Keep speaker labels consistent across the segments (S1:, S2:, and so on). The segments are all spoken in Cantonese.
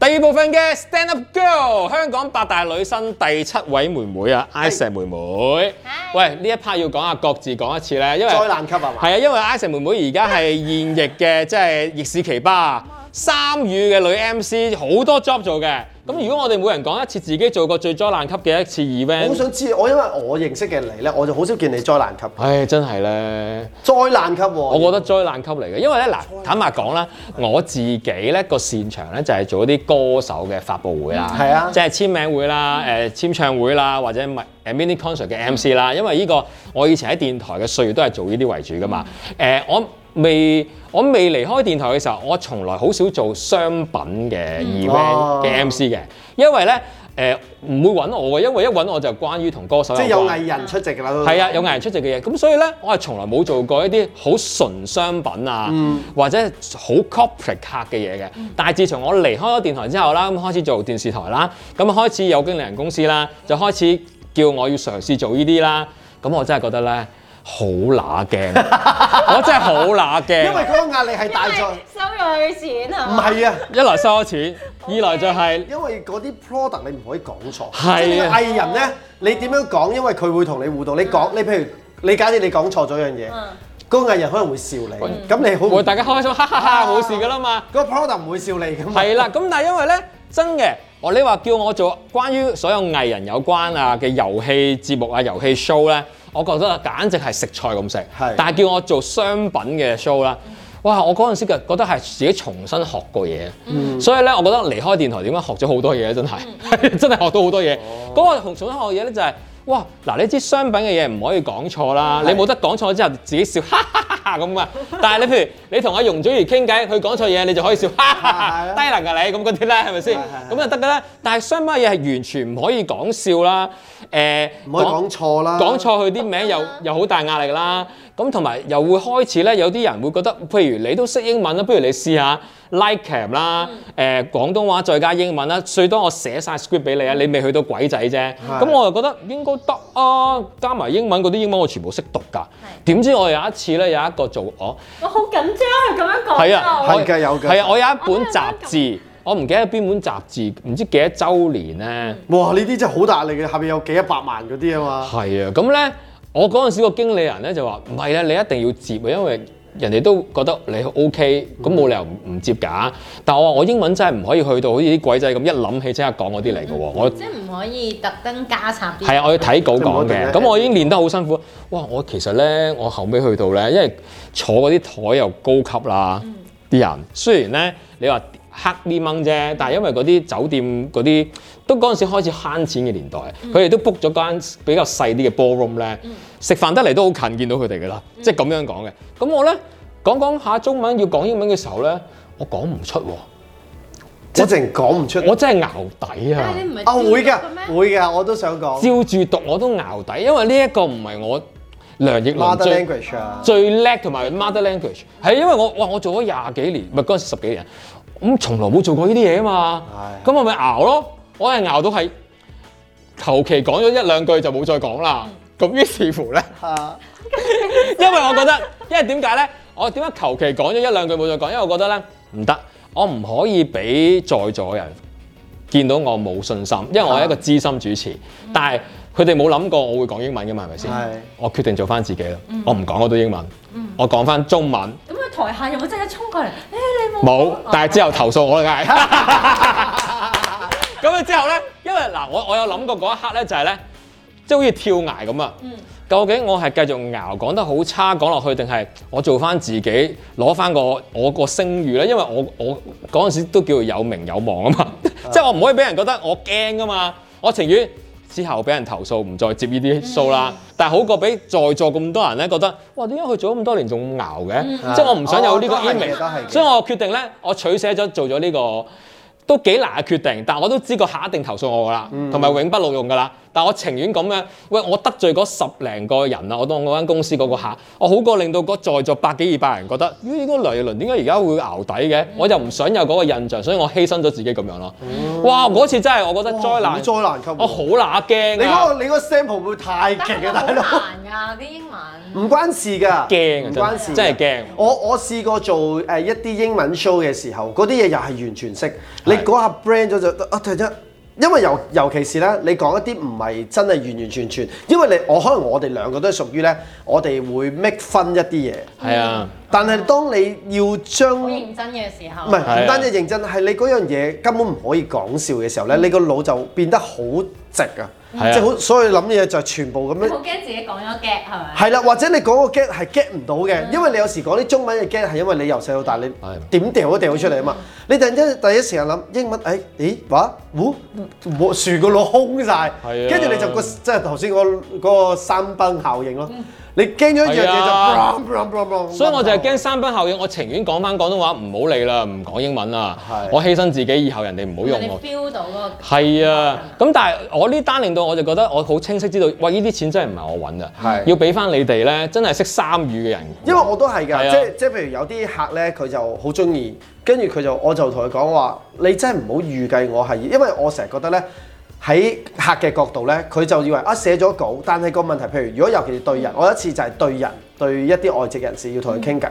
S1: 第二部分嘅 Stand Up Girl，香港八大女生第七位妹妹啊，Isa 妹妹。喂，呢一 part 要講下各自講一次咧，因為
S2: 災難級係嘛？
S1: 係啊，因為 Isa 妹妹而家係現役嘅，即係逆市奇葩三語嘅女 MC，好多 job 做嘅。咁如果我哋每人講一次自己做過最災難級嘅一次
S2: 我好
S1: event，
S2: 想知，我因為我認識嘅你咧，我就好少見你災難級，
S1: 唉，真係咧。
S2: 災難級喎。
S1: 我覺得
S2: 得
S1: 災難級嚟嘅，因為咧嗱，坦白講啦，我自己咧個擅長咧就係做一啲歌手嘅發佈會啦，
S2: 係啊
S1: 即係簽名會啦、誒、
S2: 嗯
S1: 簽唱會啦，或者咪誒 mini concert 嘅 MC 啦，因為呢個我以前喺電台嘅歲月都係做呢啲為主噶嘛，誒、
S2: 嗯
S1: 我未。我未離開電台嘅時候，我從來好少做商品嘅 event
S2: 哦
S1: 嘅 MC 嘅，因為咧誒唔會揾我嘅，因為一揾我就關於同歌手
S2: 即係
S1: 有關
S2: 有藝人出席㗎啦。都
S1: 啊係啊，有藝人出席嘅嘢，咁所以咧，我係從來冇做過一啲好純商品啊，
S2: 嗯
S1: 或者好 corporate 客嘅嘢嘅。但係自從我離開咗電台之後啦，咁開始做電視台啦，咁開始有經理人公司啦，就開始叫我要嘗試做呢啲啦。咁我真係覺得咧好乸 驚，我真係好乸驚。
S2: 因為嗰個壓力係大咗。
S3: 收咗佢錢係
S2: 唔
S3: 嘛？
S2: 係啊，
S1: 一來收咗錢，二來就係、
S2: 因為嗰啲 product 你唔可以講錯。
S1: 係啊
S2: 即你藝人咧，你點樣講？因為佢會同你互動。你
S1: 嗯
S2: 講，你譬如你假設你講錯咗樣嘢，嗰個藝人可能會笑你。咁你好唔
S1: 喂大家開心，哈哈哈，冇事噶啦嘛。
S2: 嗰個 product 唔會笑你㗎嘛。
S1: 係啦，咁但係因為咧，真嘅，我你話叫我做關於所有藝人有關啊嘅遊戲節目啊、遊戲 show 咧，我覺得簡直係食菜咁食
S2: 係。
S1: 但係叫我做商品嘅 show 啦，哇！我嗰陣時嘅覺得係自己重新學過嘢，
S2: 嗯
S1: 所以咧，我覺得離開電台點解學咗好多嘢，真係、 真係學到好多嘢。
S2: 哦
S1: 嗰、個重新學嘅嘢咧就係、哇！嗱，你知商品嘅嘢唔可以講錯啦，你
S2: 係
S1: 冇得講錯之後自己笑哈哈哈哈咁啊！但係你譬如你同阿容祖兒傾偈，佢講錯嘢你就可以笑哈哈哈
S2: 係啊
S1: 哈，低能㗎你咁嗰啲咧，係咪先？
S2: 係係係
S1: 咁就得㗎啦。但係商品嘅嘢係完全唔可以講笑啦，誒
S2: 唔可以講錯啦。
S1: 講錯佢啲名又又好大壓力啦。咁同埋又會開始咧，有啲人會覺得，譬如你都識英文啦，不如你試下 like cam 啦，誒、
S2: 嗯
S1: 廣東話再加英文啦。最多我寫晒 script 俾你啊，你未去到鬼仔啫。咁我就覺得應該得啊，加埋英文嗰啲英文我全部識讀㗎。點知我有一次咧，有一個做哦我。
S3: 我好緊張佢咁樣講。
S1: 係啊，
S3: 我
S2: 係㗎有㗎
S1: 係啊，我有一本雜誌，我唔記得邊哦本雜誌，唔知幾多週年咧。
S2: 哇！呢啲真係好大壓力嘅，下面有幾一百萬嗰啲啊嘛。
S1: 係啊，咁咧，我嗰陣時個經理人咧就話：唔係啊，你一定要接啊，因為人哋都覺得你 OK，咁冇理由唔唔接㗎。但我話我英文真係唔可以去到好似啲鬼仔咁，一諗起即刻講嗰啲嚟嘅喎。我
S3: 即係唔可以特登加插啲。
S1: 係啊，我要睇稿講
S2: 即係
S1: 嘅。
S2: 唔
S1: 咁
S2: 好
S1: 我已經練得好辛苦。哇！我其實咧，我後尾去到咧，因為坐嗰啲台又高級啦，
S2: 嗯
S1: 啲人雖然咧，你話黑啲掹啫，但係因為嗰啲酒店嗰啲都嗰陣時開始慳錢嘅年代，
S2: 嗯
S1: 佢哋都 book 咗間比較細啲嘅 ballroom 咧，食飯得嚟都好近見到佢哋㗎啦，
S2: 嗯
S1: 即係咁樣講嘅。咁我咧講講下中文要講英文嘅時候咧，我講唔出喎，
S2: 我淨講唔出。
S1: 我真係淆底啊！
S3: 但係你唔係
S2: 啊會㗎
S3: 專業嘅咩？
S2: 會㗎，我都想講。
S1: 照住讀我都淆底，因為呢一個唔係我梁奕倫
S2: Mother
S1: 最
S2: language 啊，
S1: 最叻同埋 mother language，係因為我哇我做咗廿幾年，唔係嗰陣時十幾年，咁從來冇做過呢啲嘢啊嘛，
S2: 係
S1: 咁我咪熬咯，我係熬到係求其講咗一兩句就冇再講啦，咁於是乎咧。
S2: 啊
S1: 因為我覺得，因為點解咧？我點解求其講咗一兩句冇再講？因為我覺得咧唔得，我唔可以俾在座嘅人見到我冇信心，因為我係一個資深主持，但係佢哋冇諗過我會講英文噶嘛，係咪先
S2: 係？
S1: 我決定做翻自己啦，我唔講嗰堆英文，我講翻中文。
S3: 咁佢台下有冇真係衝過嚟？誒你冇啊
S1: 冇，但係之
S3: 後
S1: 後投訴我啦，梗係。咁樣之後咧，因為嗱，我我有諗過嗰一刻咧，就係咧，即係好似跳崖咁啊。
S2: 嗯
S1: 究竟我係繼續熬講得好差講落去，定係我做翻自己攞翻個我個聲譽咧？因為我我嗰陣時都叫有名有望啊嘛， 即係我唔可以俾人覺得我驚噶嘛。我情願之後俾人投訴，唔再接呢
S2: 嗯
S1: 啲 show 啦。但係好過俾在座咁多人咧覺得，哇點解佢做咗咁多年仲咁熬嘅？即係我唔想有呢個
S2: 嗯哦都係嘅
S1: image，
S2: 都係嘅
S1: 所以我決定咧，我取捨咗做咗呢個都幾難嘅決定，但我都知個下一定投訴我噶啦，
S2: 嗯
S1: 同埋永不錄用噶啦。但我情願咁樣，喂，我得罪嗰十零個人啊，我當我間公司嗰個客，我好過令到嗰在座百幾二百人覺得，咦，呢個雷倫點解而家會熬底嘅？我又唔想有嗰個印象，所以我犧牲咗自己咁樣咯。哇！嗰次真係我覺得災
S2: 嗯哇
S1: 難，
S2: 哦災難級喎
S1: 我好乸
S2: 你
S1: 驚
S2: 嗰
S1: 啊！
S2: 個你嗰個 sample 會唔會太勁啊，大佬？
S3: 好難㗎啲英文。
S2: 唔關事㗎，
S1: 驚啊
S2: 唔
S1: 真
S2: 關事
S1: 係，真係驚
S2: 我我試過做誒一啲英文 show 嘅時候，嗰啲嘢又係完全識。你嗰下 brand 咗就啊，突然間，因為尤尤其是咧，你講一啲唔係真係完完全全，因為你我可能我哋兩個都係屬於咧，我哋會 make 分一啲嘢，
S1: 係啊，
S2: 但係當你要將
S3: 好認真嘅時候，
S2: 唔係
S1: 係啊
S2: 唔單止認真，係你嗰樣嘢根本唔可以講笑嘅時候咧，你個腦就變得好直啊，即
S1: 嗯係啊啊
S2: 係好，所以諗嘢就係全部咁樣
S3: 好。驚自己講咗 get 係咪？
S2: 係啦，或者你講個 get 係 get 唔到嘅，因為你有時講啲中文嘅 get 係因為你由細到大你
S1: 嗯係
S2: 點掉都掉咗出嚟啊嘛。你突然間第一時間諗英文，誒咦話，喎冇樹個腦空晒，
S1: 係啊
S2: 跟住你就個即係頭先嗰嗰個三崩效應咯。你驚咗一樣嘢就
S1: 嗯係啊
S2: brum brum brum brum，
S1: 所以我就係驚三分效應，我情願講翻廣東話，唔好理啦，唔講英文啦
S2: 係，
S1: 我犧牲自己，以後人哋唔好用
S3: 你
S1: 我。
S3: feel 到嗰個
S1: 係啊，咁但係我呢單令到我就覺得我好清晰知道，喂，呢啲錢真係唔係我揾
S2: 係
S1: 㗎，要俾翻你哋咧，真係識三語嘅人。
S2: 因為我都
S1: 係
S2: 係㗎，
S1: 啊
S2: 即係即係譬如有啲客咧，佢就好中意，跟住佢就我就同佢講話，你真係唔好預計我係，因為我成日覺得咧喺客嘅角度咧，佢就以為啊寫咗稿，但係個問題，譬如如果尤其是對人，我有一次就係對人對一啲外籍人士要同佢傾偈，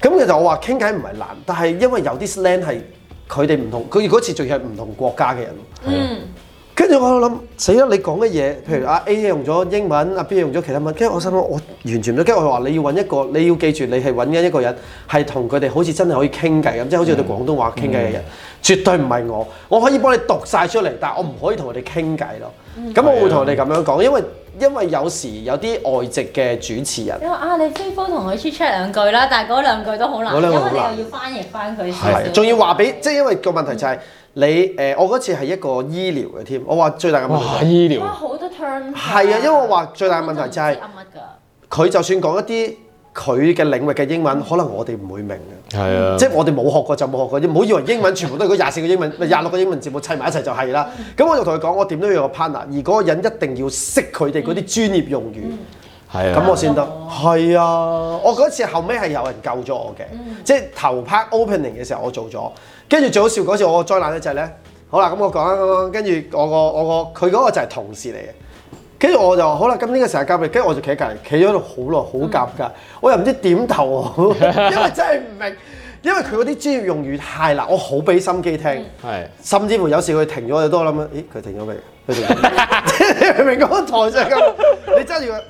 S2: 咁其實我話傾偈唔係難，但係因為有啲 slang 係佢哋唔同，佢嗰次仲要係唔同國家嘅人。
S3: 嗯，
S2: 跟住我喺度諗死啦！你講嘅嘢，譬如阿 A 用咗英文，阿 B 用咗其他文，跟住我心諗我完全唔得。跟住我話你要揾一個，你要記住你係揾緊一個人係同佢哋好似真係可以傾偈咁，即係好似我哋廣東話傾偈嘅人，絕對唔係我。我可以幫你讀晒出嚟，但係我唔可以同佢哋傾偈咯。咁我會同佢哋咁樣講，因為因為有時有啲外籍嘅主持人。
S3: 你話啊，你 Facebook 同佢 chat chat 兩句啦，但係嗰兩句都好難，
S2: 嗰
S3: 因
S2: 兩句好
S3: 為
S2: 難
S3: 你又要翻譯翻佢少少
S2: 係，仲要話俾，即係因為個問題就係、你誒、呃我嗰次係一個醫療嘅添，我話最大嘅問題就係
S1: 哇！醫療
S3: 哇好多 term
S2: 係啊，因為我話最大嘅問題就係、
S3: 啱乜㗎？
S2: 佢就算講一啲佢嘅領域嘅英文，可能我哋唔會明嘅，
S1: 係啊，
S2: 即係我哋冇學過就冇學過，你唔好以為英文全部都係嗰廿四個英文、咪廿六個英文字母砌埋一齊就係啦。咁我就同佢講，我點都要有個 partner，而嗰個人一定要識佢哋嗰啲專業用語。
S1: 係
S2: 咁
S1: 啊，
S2: 我先得，係啊！我嗰次後尾係有人救咗我嘅，即係頭 part opening 嘅時候我做咗，跟住最好笑嗰次我個災難咧就係咧，好啦，咁我講啦，講啦跟住我個我個佢嗰個就係同事嚟嘅，跟住我就話好啦，咁呢個時間交俾你，跟住我就企喺隔離，企咗喺度好耐，好尷尬，我又唔知點頭好， 因為真係唔明，因為佢嗰啲專業用語太難，我好俾心機聽。
S1: 係。
S2: 甚至乎有時佢停咗，我都諗咦佢停咗未？佢停咗未， 你明唔明嗰個台上咁，你揸住佢，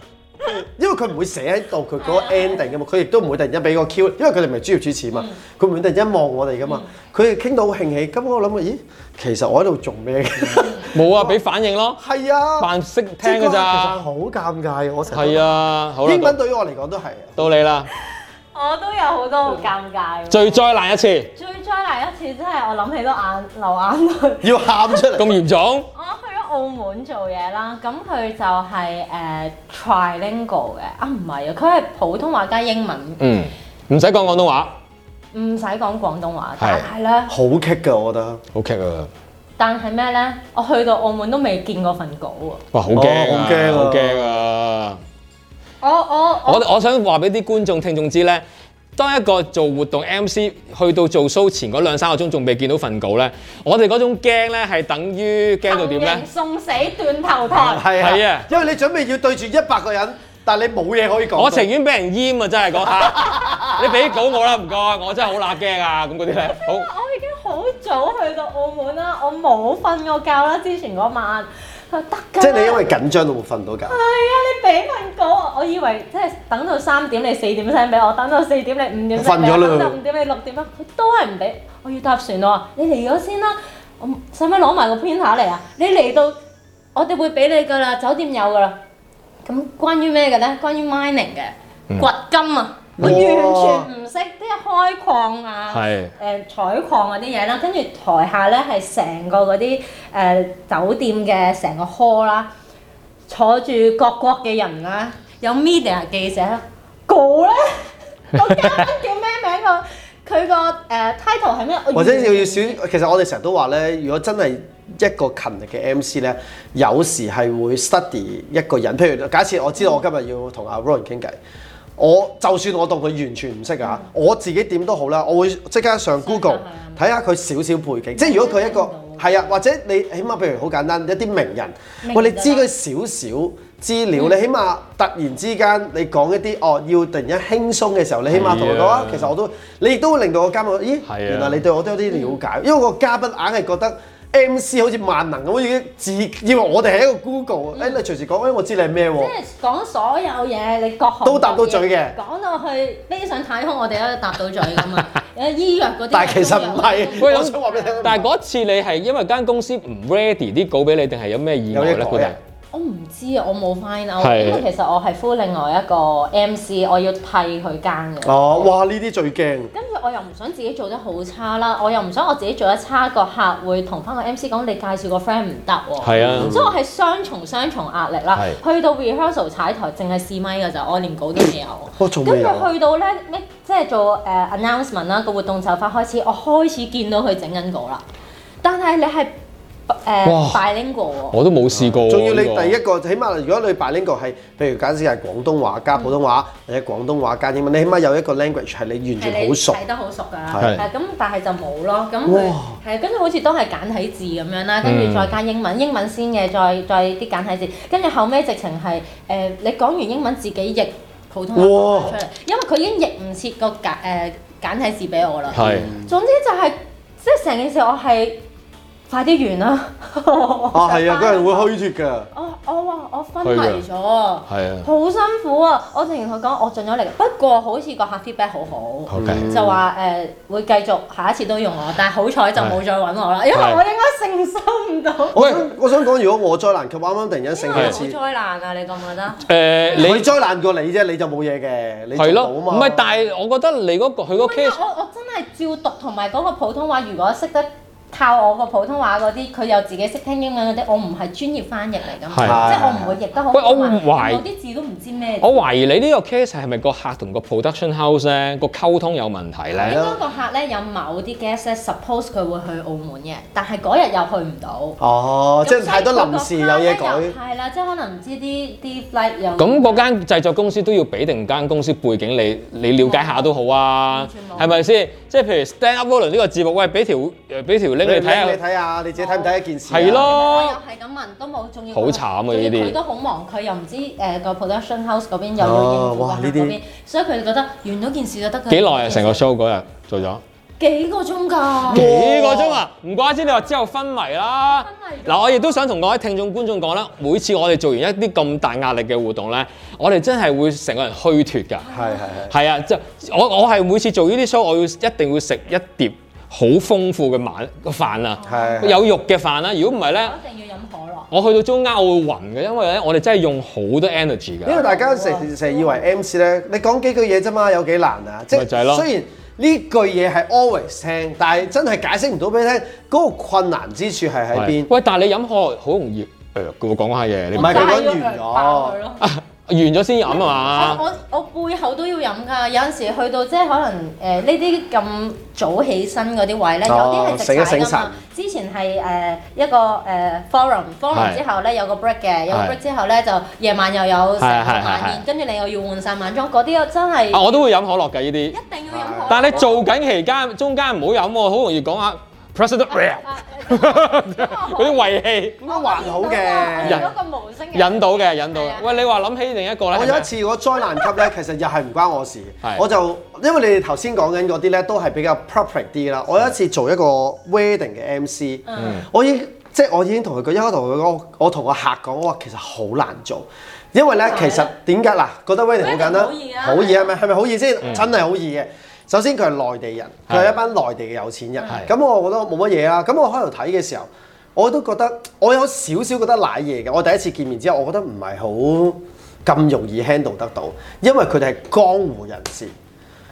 S2: 因為佢唔會寫喺度佢嗰個 ending 噶嘛，佢亦都唔會突然間俾個 Q，因為佢哋唔係專業主持嘛，佢唔會突然間望我哋噶嘛，佢哋傾到好興起，咁我諗咦，其實我喺度做咩嘅？
S1: 冇啊，俾反應咯，
S2: 係啊，
S1: 扮識聽㗎
S2: 即係嗰下其實
S1: 咋。
S2: 好尷尬嘅，我成日
S1: 係
S2: 覺
S1: 啊，好
S2: 得
S1: 啦，
S2: 英文
S1: 到
S2: 對於我嚟講都係啊。
S1: 到你啦，
S3: 我都有好多好尷尬嘅。
S1: 最災難一次，
S3: 最災難一次真係我諗起都眼流眼淚。
S2: 要喊出嚟
S1: 咁，嚴重，
S3: 我去咗澳門做嘢啦，咁佢就係、誒、trilingual 嘅，啊唔係啊，佢係普通話加英文，
S1: 嗯，唔使講廣東話，
S3: 唔使講廣東話
S1: 係，
S3: 但係咧，
S2: 好棘㗎，我覺得。
S1: 好劇啊，
S3: 但係咩咧？我去到澳門都未見過份稿喎，
S1: 哇，好驚
S2: 哦
S1: 啊，
S2: 好驚啊
S1: 好驚啊！
S3: 我我我
S1: 我我想話俾啲觀眾聽眾知咧，當一個做活動 MC 去到做 show 前嗰兩三個鐘仲未見到份稿咧，我哋嗰種驚咧係等於驚到點咧？
S3: 送死斷頭台，
S2: 係啊，
S1: 係啊
S2: 因為你準備要對住一百個人，但係你冇嘢可以講到。
S1: 我情願俾人閹啊！真係嗰下，你俾稿我啦，唔該，我真係好乸驚啊！咁嗰啲咧，好。
S3: 我已經好早去到澳門啦，我冇瞓過覺啦，之前嗰晚佢話得㗎啦，
S2: 即係你因為緊張到冇瞓到覺
S3: 係。啊，你俾份稿我，我以為即係等到三點你四點 send 俾我，等到四點你五點 send 俾
S2: 瞓咗
S3: 我，
S2: 啦
S3: 等到五點你六點啦，佢都係唔俾。我要搭船咯，你嚟咗先啦，我使唔使攞埋個編下嚟啊？你嚟到我哋會俾你㗎啦，酒店有㗎啦。咁關於咩嘅咧？關於 mining 嘅掘金啊！我完全唔識啲開礦啊，
S1: 係
S3: 誒、採礦嗰啲嘢啦，跟住台下咧係成個嗰啲誒酒店嘅成個 hall 啦，坐住各國嘅人啦，有 media 記者啦，稿咧個嘉賓叫咩名個？佢個誒 title 係咩？我
S2: 或者要要
S3: 完
S2: 少，其實我哋成日都話咧，如果真係一個勤力嘅 MC 咧，有時係會 study 一個人。譬如假設我知道我今日要同阿 Ron 傾偈，我就算我當佢完全唔識啊，我自己點都好啦，我會即刻上 Google 睇下佢少少背景。即係如果佢一個係啊，或者你起碼譬如好簡單，一啲名人，啊嗯
S3: 名
S2: 喂，你
S3: 人
S2: 知佢少少資料，你起碼突然之間你講一啲哦，要突然間輕鬆嘅時候，你起碼同佢講啊
S1: 係啊，
S2: 其實我都，你亦都會令到個嘉賓覺得，咦
S1: 係，啊
S2: 原來你對我都有啲了解，因為個嘉賓硬係覺得。MC 好似萬能咁，已經自以為我哋係一個 Google，誒、你隨時講，誒、我知你係咩喎？
S3: 即係講所有嘢，你各行
S2: 都答到
S3: 各業
S2: 嘴嘅
S3: 講到去飛上太空，我哋都答到嘴 噶嘛。誒醫藥嗰啲，
S2: 但係其實唔係
S1: 喂
S2: 我想話俾你聽
S1: 但係嗰一 次你係因為間公司唔 ready 啲稿俾你，定係有咩意外咧？
S2: 有嘢改
S1: 佢哋
S2: 啊
S3: 我唔知啊，我冇 find out。
S1: 係
S3: 因為其實我係 full 另外一個 MC，我要替佢間嘅。
S2: 哦，哇！呢啲最驚。
S3: 跟住我又唔想自己做得好差啦，我又唔想我自己做得差，個客會同翻個 MC 講你介紹個 friend 唔得喎。
S1: 係啊，
S3: 所以我係雙重雙重壓力啦，
S1: 係
S3: 去到 rehearsal 踩台淨係試咪㗎咋，我連稿都未有。
S2: 我仲未
S3: 跟
S2: 有
S3: 住
S2: 啊。
S3: 去到咧咩，即係做誒、呃 announcement 啦，個活動就快開始，我開始見到佢整緊稿啦。但係你係
S1: 哇
S3: 誒 bilingual 喎，
S1: 我都冇試過喎。
S2: 仲要你
S1: 呢個
S2: 第一個，起碼如果你 bilingual 係，譬如假設係廣東話加普通話，或者廣東話加英文，你起碼有一個 language 係你完
S3: 係
S2: 全好
S3: 你
S2: 熟。
S3: 睇得好熟㗎啦。
S1: 係
S3: 係咁，但係就冇咯。咁
S2: 哇
S3: 佢係跟住好似都係簡體字咁樣啦，跟
S1: 嗯
S3: 住再加英文，英文先嘅，再再啲簡體字，跟住後尾直情係誒你講完英文自己譯普通話
S2: 哇
S3: 出嚟，因為佢已經譯唔切個簡誒簡體字俾我啦。
S1: 係
S3: 總之就係、即係成件事，我係快啲完啦。
S2: 啊，
S3: 啊
S2: 係啊，嗰人會虛脱㗎。
S3: 我我話我昏迷咗啊，
S1: 係啊
S3: 好辛苦啊！我直情同佢講，我盡咗力，不過好似個客 feedback 好好。
S1: ，OK。
S3: 就話誒、會繼續下一次都用我，但係好彩就冇再揾我啦，因為
S1: 係
S3: 我應該承受唔到。
S2: 我想我想講，如果我災難，佢啱啱突然間
S3: 因
S2: 醒
S3: 為
S2: 起一
S3: 好
S2: 次，
S3: 災難啊！你覺唔覺得？
S1: 誒你
S2: 佢災難過你啫，你就冇嘢嘅，你
S1: 係
S2: 做
S1: 咯，
S2: 到啊
S1: 唔
S2: 嘛。
S1: 係，但係我覺得你嗰個佢嗰個
S3: 唔係
S1: case
S3: 啊我我真係照讀同埋嗰個普通話，如果識得靠我個普通話嗰啲，佢又自己識聽英文嗰啲，我唔係專業翻譯嚟㗎嘛，
S1: 係
S3: 即係我唔會譯得好
S1: 喂
S3: 好
S1: 我
S3: 嘛。
S1: 懷
S3: 有啲字都唔知咩字。
S1: 我懷疑你呢個 case 係咪個客同個 production house 咧個溝通有問題
S3: 應
S1: 咧？
S3: 該個客咧有某啲 guest 咧，suppose 佢會去澳門嘅，但係嗰日又去唔到。
S2: 哦，即係太多臨時有嘢
S3: 咁所以嗰個 part 呢
S2: 改。
S3: 又係啦，即係可能唔知啲啲 flight 有。
S1: 咁嗰間製作公司都要俾定間公司背景你，你了解下都好啊
S3: 完全，冇
S1: 係咪先？即係譬如 stand up volun 呢個節目，喂，俾條誒俾條 link 你睇
S2: 你
S1: 下，
S2: 睇下，你自己睇唔睇一件事啊？
S1: 係咯
S3: 我又係咁問都冇，仲要
S1: 好慘啊
S3: 仲要
S1: 呢啲
S3: 佢都好忙，佢又唔知誒個 production house 嗰邊又要應付
S2: 哦哇
S3: 個客
S2: 呢
S3: 嗰
S2: 啲
S3: 邊，所以佢哋覺得完咗件事就得㗎。
S1: 幾耐啊？成個 show 嗰日做
S2: 哦
S1: 咗
S3: 幾個鐘㗎？
S1: 幾個鐘啊！唔怪之你話之後昏迷啦
S3: 昏迷。咗
S1: 嗱，我亦都想同各位聽眾觀眾講啦，每次我哋做完一啲咁大壓力嘅活動咧，我哋真係會成個人虛脱㗎。
S2: 係係係。
S1: 係啊，即係我我係每次做呢啲 show，我要一定會食一碟好豐富嘅晚個飯啊，
S2: 係
S1: 有肉嘅飯啦。如果唔係咧，
S3: 我一定要飲可樂。
S1: 我去到中間我會暈嘅，因為咧我哋真係用好多 energy
S2: 因
S1: 㗎。
S2: 為大家成成日以為 MC 咧，你講幾句嘢啫嘛，有幾難啊？即
S1: 咪就係咯
S2: 係雖然呢句嘢係 always 聽，但係真係解釋唔到俾你聽，嗰個困難之處係喺邊
S1: 係？喂，但係你飲可樂好容易弱嘅喎，講下嘢你
S2: 唔
S1: 唔係
S2: 係佢講完咗
S3: 我就係要爆佢咯
S1: 完咗先飲啊 嘛？
S3: 我我我背後都要飲㗎，有陣時去到即係可能誒呢啲咁早起身嗰啲位咧，有
S2: 哦
S3: 啲係直
S2: 醒一
S3: 踩
S2: 醒
S3: 㗎
S2: 神
S3: 嘛。之前係誒、呃一個誒、呃 forum，forum
S1: 係
S3: 之後咧有個 break 嘅，有個
S1: 係
S3: break 之後咧就夜晚又有成
S1: 係
S3: 個
S1: 係係
S3: 晚宴
S1: 係，
S3: 跟住你又要換晒晚裝，嗰啲又真係
S1: 啊，我都會飲可樂㗎呢啲，
S3: 一定要飲可樂。
S1: 但係你做緊期間中間唔好飲喎，好容易講下 president
S3: 啊
S1: 嗰啲胃氣
S2: 應該還好嘅。
S3: 有個無聲嘅
S1: 引到嘅，引到
S3: 係啊
S1: 嘅。喂，你話諗起另一個咧？
S2: 我
S1: 係
S2: 有
S1: 咪
S2: 一次我災難 級咧，其實又係唔關我事
S1: 係
S2: 嘅，我就因為你哋頭先講緊嗰啲咧，都係比較 proper 啲啦。我有一次做一個 wedding 嘅 MC，
S3: 嗯
S2: 我已經即係我已經同佢講，一開頭同佢講，我我同個客講，我話其實好難做，因為咧
S3: 點
S2: 其
S3: 解
S2: 實點解嗱覺得 wedding 好簡單，
S3: 啊好易啊
S2: 好易係咪係咪好易先？真係好易嘅。首先佢係內地人，
S1: 嗯係
S2: 佢係一班內地嘅有錢人，
S1: 係
S2: 咁我覺得冇乜嘢啦。咁我開頭睇嘅時候，我都覺得我有少少覺得賴嘢嘅。我第一次見面之後，我覺得唔係好咁容易 handle 得到，因為佢哋係江湖人士。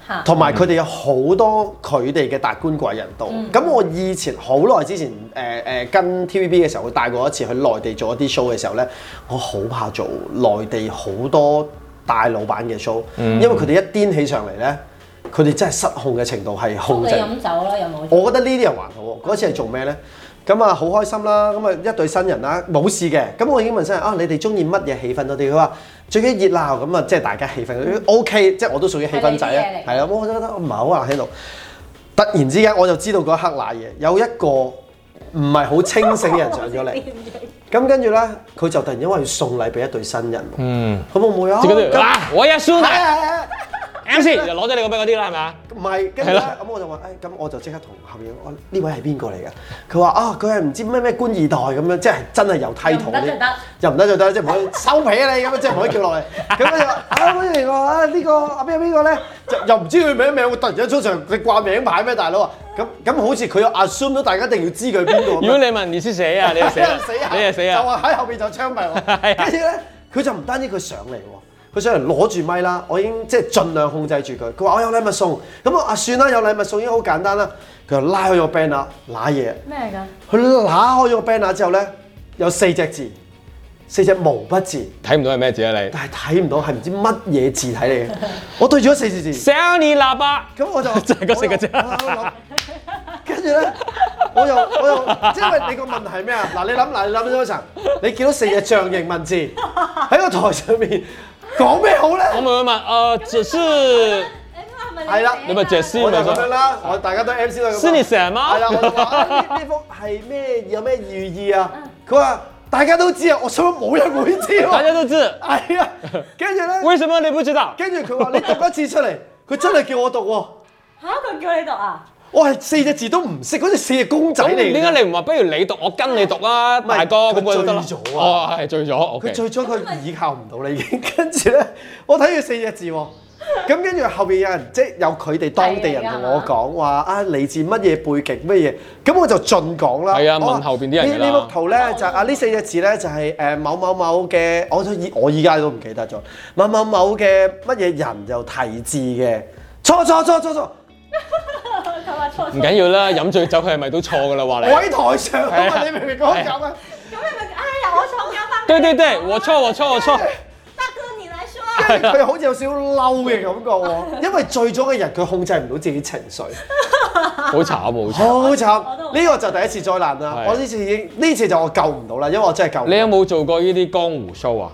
S3: 嚇
S2: 同埋佢哋有好多佢哋嘅達官貴人度。咁、我以前好耐之前誒誒、呃呃跟 TVB 嘅時候，會帶過一次去內地做一啲 show 嘅時候咧，我好怕做內地好多大老闆嘅 show，、因為佢哋一癲起上嚟咧，佢哋真係失控嘅程度係控
S3: 你
S2: 制唔
S3: 飲酒啦，有冇？
S2: 我覺得呢啲人還好喎。嗰次係做咩呢？咁啊，好開心啦！咁啊，一對新人啦，冇事嘅。咁我已經問新人啊，你哋中意乜嘢氣氛多啲？佢話最緊要熱鬧，咁啊，即係大家氣氛 OK，即係我都屬於氣氛仔啊。
S3: 係
S2: 係啊，我覺得唔係好難喺度。突然之間我就知道嗰一刻賴嘢，有一個唔係好清醒嘅人上咗 嚟。咁跟住咧，佢就突然因為要送禮俾一對新人喎，
S1: 嗯，
S2: 咁我妹啊，
S1: 即係嗰
S2: 咁
S1: 啲嗱，我一孫
S2: 係啊係 係
S1: M C 就攞咗你個名嗰啲啦，係咪啊？
S2: 唔係，跟住
S1: 係
S2: 咧，
S1: 啦
S2: 咁我就話，哎誒，咁我就即刻同後面我呢位係邊個嚟嘅？佢話啊，佢係唔知咩咩官二代咁樣，即係真係有梯圖
S3: 又唔得就得
S2: 啲，又唔得就得，即係唔可以 收皮啊你咁樣，即係唔可以叫落嚟。咁跟住話啊，咩嚟㗎？啊呢個啊邊個邊個咧？就又唔知佢名名，我突然間出場，你掛名牌咩大佬啊？咁咁好似佢有 assume 到大家一定要知佢邊個咁樣。
S1: 如果你問你先死
S2: ，
S1: 啊，你就 死啦
S2: 死啊！
S1: 你就死
S2: 就
S1: 啊！
S2: 話喺後邊就槍斃 我。
S1: 係啊
S2: 跟住咧，佢就唔單止佢上嚟喎，佢上嚟攞住咪啦，我已經即係盡量控制住佢。佢話我有禮物送，咁我啊算啦，有禮物送已經好簡單啦。佢就拉開咗個 banner，揦嘢。
S3: 咩嚟㗎？
S2: 佢揦開咗個 banner 之後咧，有四隻字，四隻毛筆字，
S1: 睇唔到係咩字啊你？
S2: 但係睇唔到係唔知乜嘢字體嚟嘅。我對住咗四隻字。
S1: 小啊你喇叭，
S2: 咁我就
S1: 就係嗰四個字
S2: 我又我又諗跟住咧，我又我又，即係因為你個問題係咩啊？嗱，你諗嗱，你諗咗一層，你見到四隻象形文字喺個台上面講咩好
S1: 我
S2: 咧？
S1: 咪會問，呃，只是
S2: 係啦
S1: 你咪只是
S2: 我就
S1: 咪
S2: 咁樣
S1: 就
S2: 啦，我大家都 MC 都係咁講。
S1: 是你什麼
S2: 係啦，我就話啊呢呢幅係咩有咩寓意啊？佢話大家都知啊，我想冇人會知
S1: 大家
S2: 喎。
S1: 都知，
S2: 係啊，跟住咧，
S1: 為什麼你不知道？
S2: 跟住佢話你讀一次出嚟，佢真係叫我讀喎。
S3: 嚇佢叫你讀啊？
S2: 我係四隻字都唔識，嗰隻四隻公仔嚟
S1: 咁
S2: 嘅。
S1: 點解你唔話不如你讀，我跟你讀啊，
S2: 係
S1: 大哥咁
S2: 佢
S1: 我就得啦
S2: 醉。咗
S1: 哦，係醉咗
S2: 佢
S1: ，OK。
S2: 最終佢倚靠唔到啦已經， 跟住咧，我睇佢四隻字喎。咁跟住後邊有人即係有佢哋當地人同我講話啊，嚟自乜嘢背景乜嘢，咁我就盡講啦。
S1: 係啊
S2: 我話
S1: 問後邊啲人㗎
S2: 呢
S1: 啦
S2: 呢幅圖咧就啊呢四隻字咧就係誒某某某嘅，我都以我依家都唔記得咗，某某某嘅乜嘢人就題字嘅，錯錯錯錯錯，
S3: 佢話錯
S1: 唔緊要啦，飲醉酒佢係咪都錯㗎啦？話
S2: 我
S1: 你。
S2: 喺台上啊
S1: 係
S2: 嘛，
S1: 啊
S2: 你明唔明講 咁啊？
S3: 咁你咪哎呀，我錯咗 翻。
S1: 對對對，我錯我錯我錯。
S3: 大哥你來說。
S2: 佢好似有少少嬲嘅感覺喎，因為醉咗嘅人佢控制唔到自己情緒。
S1: 好慘好慘。
S2: 好慘！
S3: 我都
S2: 呢個就第一次災難啦。
S1: 係
S2: 我呢次已經呢次就我救唔到啦，因為我真係救唔到。
S1: 你有冇做過呢啲江湖 show 啊？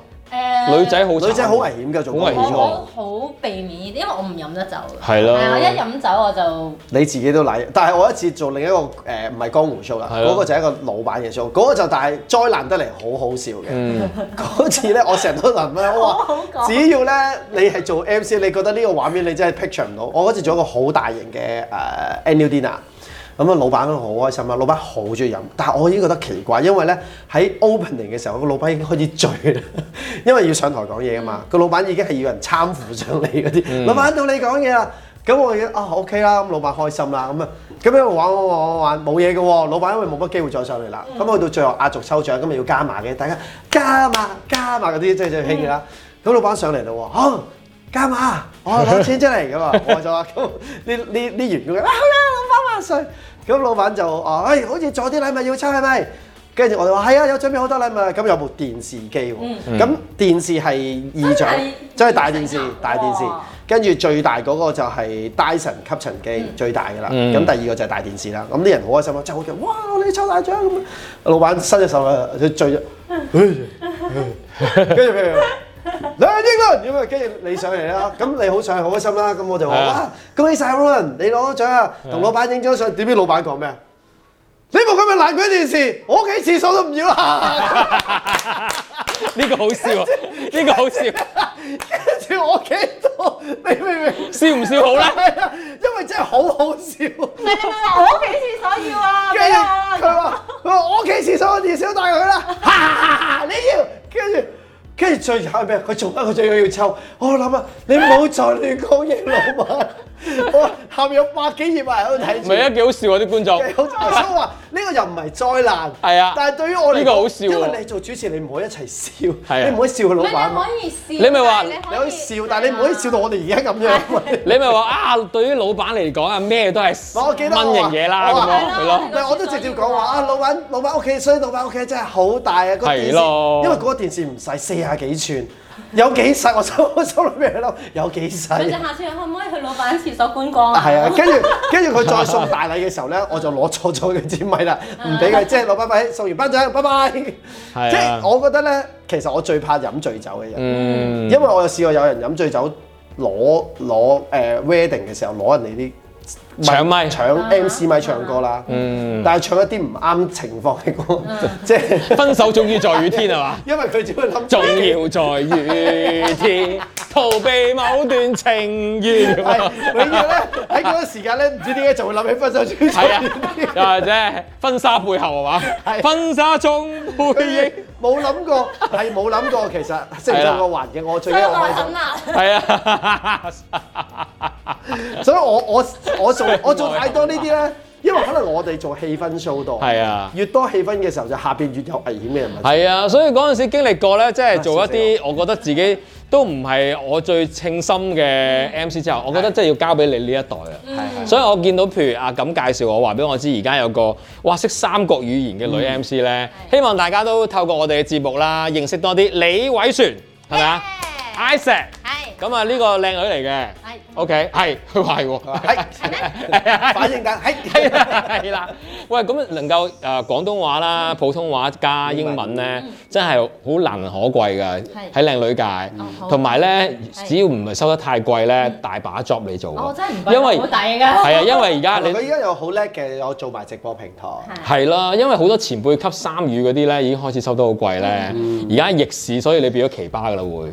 S3: 誒
S1: 女仔好慘
S2: 女仔好危險㗎，做
S1: 好危險喎
S3: 我我好避免呢啲，因為我唔飲得酒嘅。
S1: 係咯
S3: 係啊我一飲酒我就
S2: 你自己都賴，但係我一次做另一個誒唔係江湖 show 啦，
S1: 係咯
S2: 嗰個就係一個老闆嘅 show，嗰個就但係災難得嚟好好笑嘅。
S1: 嗯，
S2: 嗰次咧，我成日都諗咧，我
S3: 好
S2: 話
S3: 好講
S2: 只要咧你係做 MC，你覺得呢個畫面你真係 picture 唔到。我嗰次做一個好大型嘅誒 annual dinner。咁啊，老闆都好開心啊！老闆好中意飲，但係我已經覺得奇怪，因為咧喺 opening 嘅時候，個老闆已經開始醉啦，因為要上台講嘢啊嘛。個老闆已經係要人參扶上嚟嗰啲，老闆到你講嘢啦。咁我已經啊 OK 啦，咁老闆開心啦，咁啊咁樣玩玩玩玩玩冇嘢嘅喎，老闆因為冇乜機會再上嚟啦。咁去到最後壓軸抽獎，咁咪要加碼嘅，大家加碼加碼嗰啲即係最興嘅啦。咁老闆上嚟啦喎，好加碼，我 攞錢出嚟咁啊，我就話咁呢呢呢員工啊好啦，老闆萬歲！咁老闆就啊，哎好似仲有啲禮物要抽係咪？跟住我就話係啊，有準備好多禮物，咁有部電視機喎，咁電視係二掌
S3: 真係，
S2: 嗯真係大電視，哦大電視
S3: 哇。
S2: 跟住最大嗰個就係 Dyson 吸塵機最大㗎啦，
S1: 嗯
S2: 咁第二個就係大電視啦。咁啲人好開心啊，就好嘅，哇！你抽大獎咁啊，老闆伸隻手啦，佢哎醉咗，跟住譬如。兩英倫咁啊，跟住你上嚟啦，咁你好上好開心啦，咁我就話
S1: 係啊
S2: 哇，恭喜晒 Roland，你攞咗獎啊，同老闆影張相，點知老闆講咩啊？你冇咁樣爛鬼電視，我屋企廁所都唔要啊啦。
S1: 呢個好笑啊，呢個好笑，
S2: 跟住我企度，你明唔明？
S1: 笑唔笑好咧？
S2: 係啊，因為真係好好笑。
S3: 你你你，
S2: 啊
S3: 我屋企廁所要啊，
S2: 跟
S3: 俾
S2: 住
S3: 啊
S2: 佢話：佢話我屋企廁所電視都帶佢啦，哈哈哈！你要跟住。跟住最慘係咩？佢做乜？佢最緊要抽。我諗啊，你唔好再亂講嘢，老闆。我下面有百幾頁啊，喺度睇
S1: 唔
S2: 住。
S1: 係啊，幾好笑啊啲觀眾。
S2: 好我想話呢個又唔係災難，
S1: 係啊
S2: 但係對於我嚟講
S1: 呢個好笑喎
S2: 因為你做主持，你唔可以一齊笑，
S1: 係啊
S2: 你唔可以笑佢老
S3: 唔係
S2: 闆
S3: 你
S2: 嘛，
S3: 可以笑，
S1: 你咪話
S2: 你可以笑，但係你唔可以笑到。我哋而家咁樣。
S1: 你咪話啊，對於老闆嚟講啊，咩都係
S2: 我
S1: 蚊
S2: 記得我話
S1: 型嘢啦，
S2: 我
S1: 咁
S2: 話
S1: 咯，係咯
S3: 係。
S2: 唔係，我都直接講話啊！老闆，老闆屋企，所以老闆屋企真係好大啊！個電視，
S1: 係咯
S2: 因為嗰個電視唔細，四廿幾寸， 有幾細？我心 我心裏面諗有幾
S3: 佢就
S2: 細？
S3: 下次可唔可以去老闆廁所觀光啊？
S2: 係啊，跟住跟住佢再送大禮嘅時候咧， 我就攞錯咗佢支咪啦，唔俾佢，即係老闆咪送完班長，拜拜。
S1: 啊
S2: 即係我覺得咧，其實我最怕飲醉酒嘅人。
S1: 嗯
S2: 因為我有試過有人飲醉酒攞攞誒 wedding 嘅時候攞人哋啲
S1: 搶咪
S2: 搶
S3: 啊
S2: MC 咪唱歌啦，
S1: 嗯，
S2: 但係唱一啲唔啱情況嘅歌， 即係
S1: 分手終於在雨天係 嘛？
S2: 因為佢只會諗
S1: 仲要在雨天逃避某段情緣，
S2: 係永遠咧喺嗰個時間咧，唔知點解就會諗起分手專
S1: 係啊
S2: 輯。，
S1: 又或者婚紗背後係嘛？
S2: 係
S1: 婚紗中背影，
S2: 冇諗過，係冇諗過。其實成就個環境，我最緊要開心。
S1: 係啊，
S2: 所以我我我做我做太多呢啲咧，因為可能我哋做氣氛 show 多，
S1: 係啊。
S2: 越多氣氛嘅時候，就下邊越有危險嘅人物。
S1: 係啊，所以嗰陣時經歷過咧，即係做一
S2: 啊
S1: 啲我覺得自己都唔係我最稱心
S2: 嗯
S1: 嘅 MC 之後，我覺得真係要交俾你呢一代啊。
S2: 係
S1: 所以我見到譬如阿錦介紹我話俾我知，而家有個哇識三國語言嘅
S4: 嗯
S1: 女 MC 咧，希望大家都透過我哋嘅節目啦，認識多啲李偉璇係咪啊？Isaac 咁啊，呢個靚女嚟嘅
S4: 係
S1: ，OK 係佢話係喎，
S2: 係
S1: 係啊
S2: 反應緊，
S1: 係啊
S2: 係
S1: 啦，係啦。喂，咁能夠誒、呃、廣東話
S4: 嗯
S1: 啦、普通話加英文咧，真係好難能可貴㗎。
S4: 係
S1: 喺靚女界
S4: 嗯，
S1: 同埋咧，
S4: 係嗯哦
S1: 只要唔係收得太貴咧，大把 job 你做㗎。因為
S3: 好抵㗎。
S1: 係啊，因為而家你
S2: 佢依家又好叻嘅，有做埋直播平台。
S1: 係啦，因為好多前輩級三語嗰啲咧，已經開始收得好貴咧。
S2: 嗯
S1: 而家逆市，所以你變咗奇葩㗎啦會。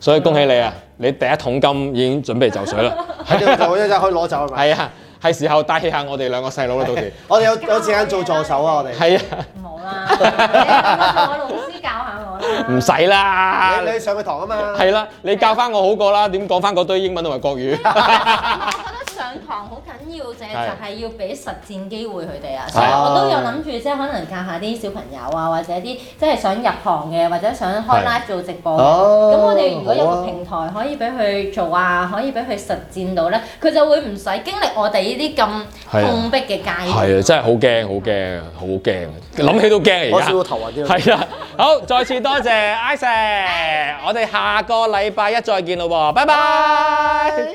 S1: 所以恭喜你啊！你第一桶金已經準備就水啦。
S2: 喺呢度就一陣可以攞走係咪？
S1: 係啊，係時候帶起下我哋兩個細佬啦， 到時。
S2: 我哋有有時間做助手啊！我哋
S1: 係啊。
S3: 冇啦，你我老師教下我啦。
S1: 唔使啦，
S2: 你你上佢堂啊嘛。
S1: 係啦，你教翻我好過啦，點講翻嗰堆英文同埋國語？
S4: 我覺得上堂好緊要嘅就係要俾實戰機會佢哋啊，所以
S1: 係
S4: 我都有諗住即係可能教下啲小朋友啊，或者啲即係想入行嘅，或者想開
S1: 係
S4: live 做直播嘅。
S2: 哦
S4: 咁我哋如果有
S2: 好
S4: 個
S2: 啊
S4: 平台可以俾佢做啊，可以俾佢實戰到咧，佢就會唔使經歷我哋呢啲咁
S1: 係啊
S4: 碰壁嘅階段。
S1: 係啊，真係好驚，好驚，好驚，諗起都驚
S2: 我
S1: 而
S2: 笑
S1: 家
S2: 到。頭暈添。
S1: 啊係啊，好，再次多謝 Isaac，我哋下個禮拜一再見咯喎，拜拜。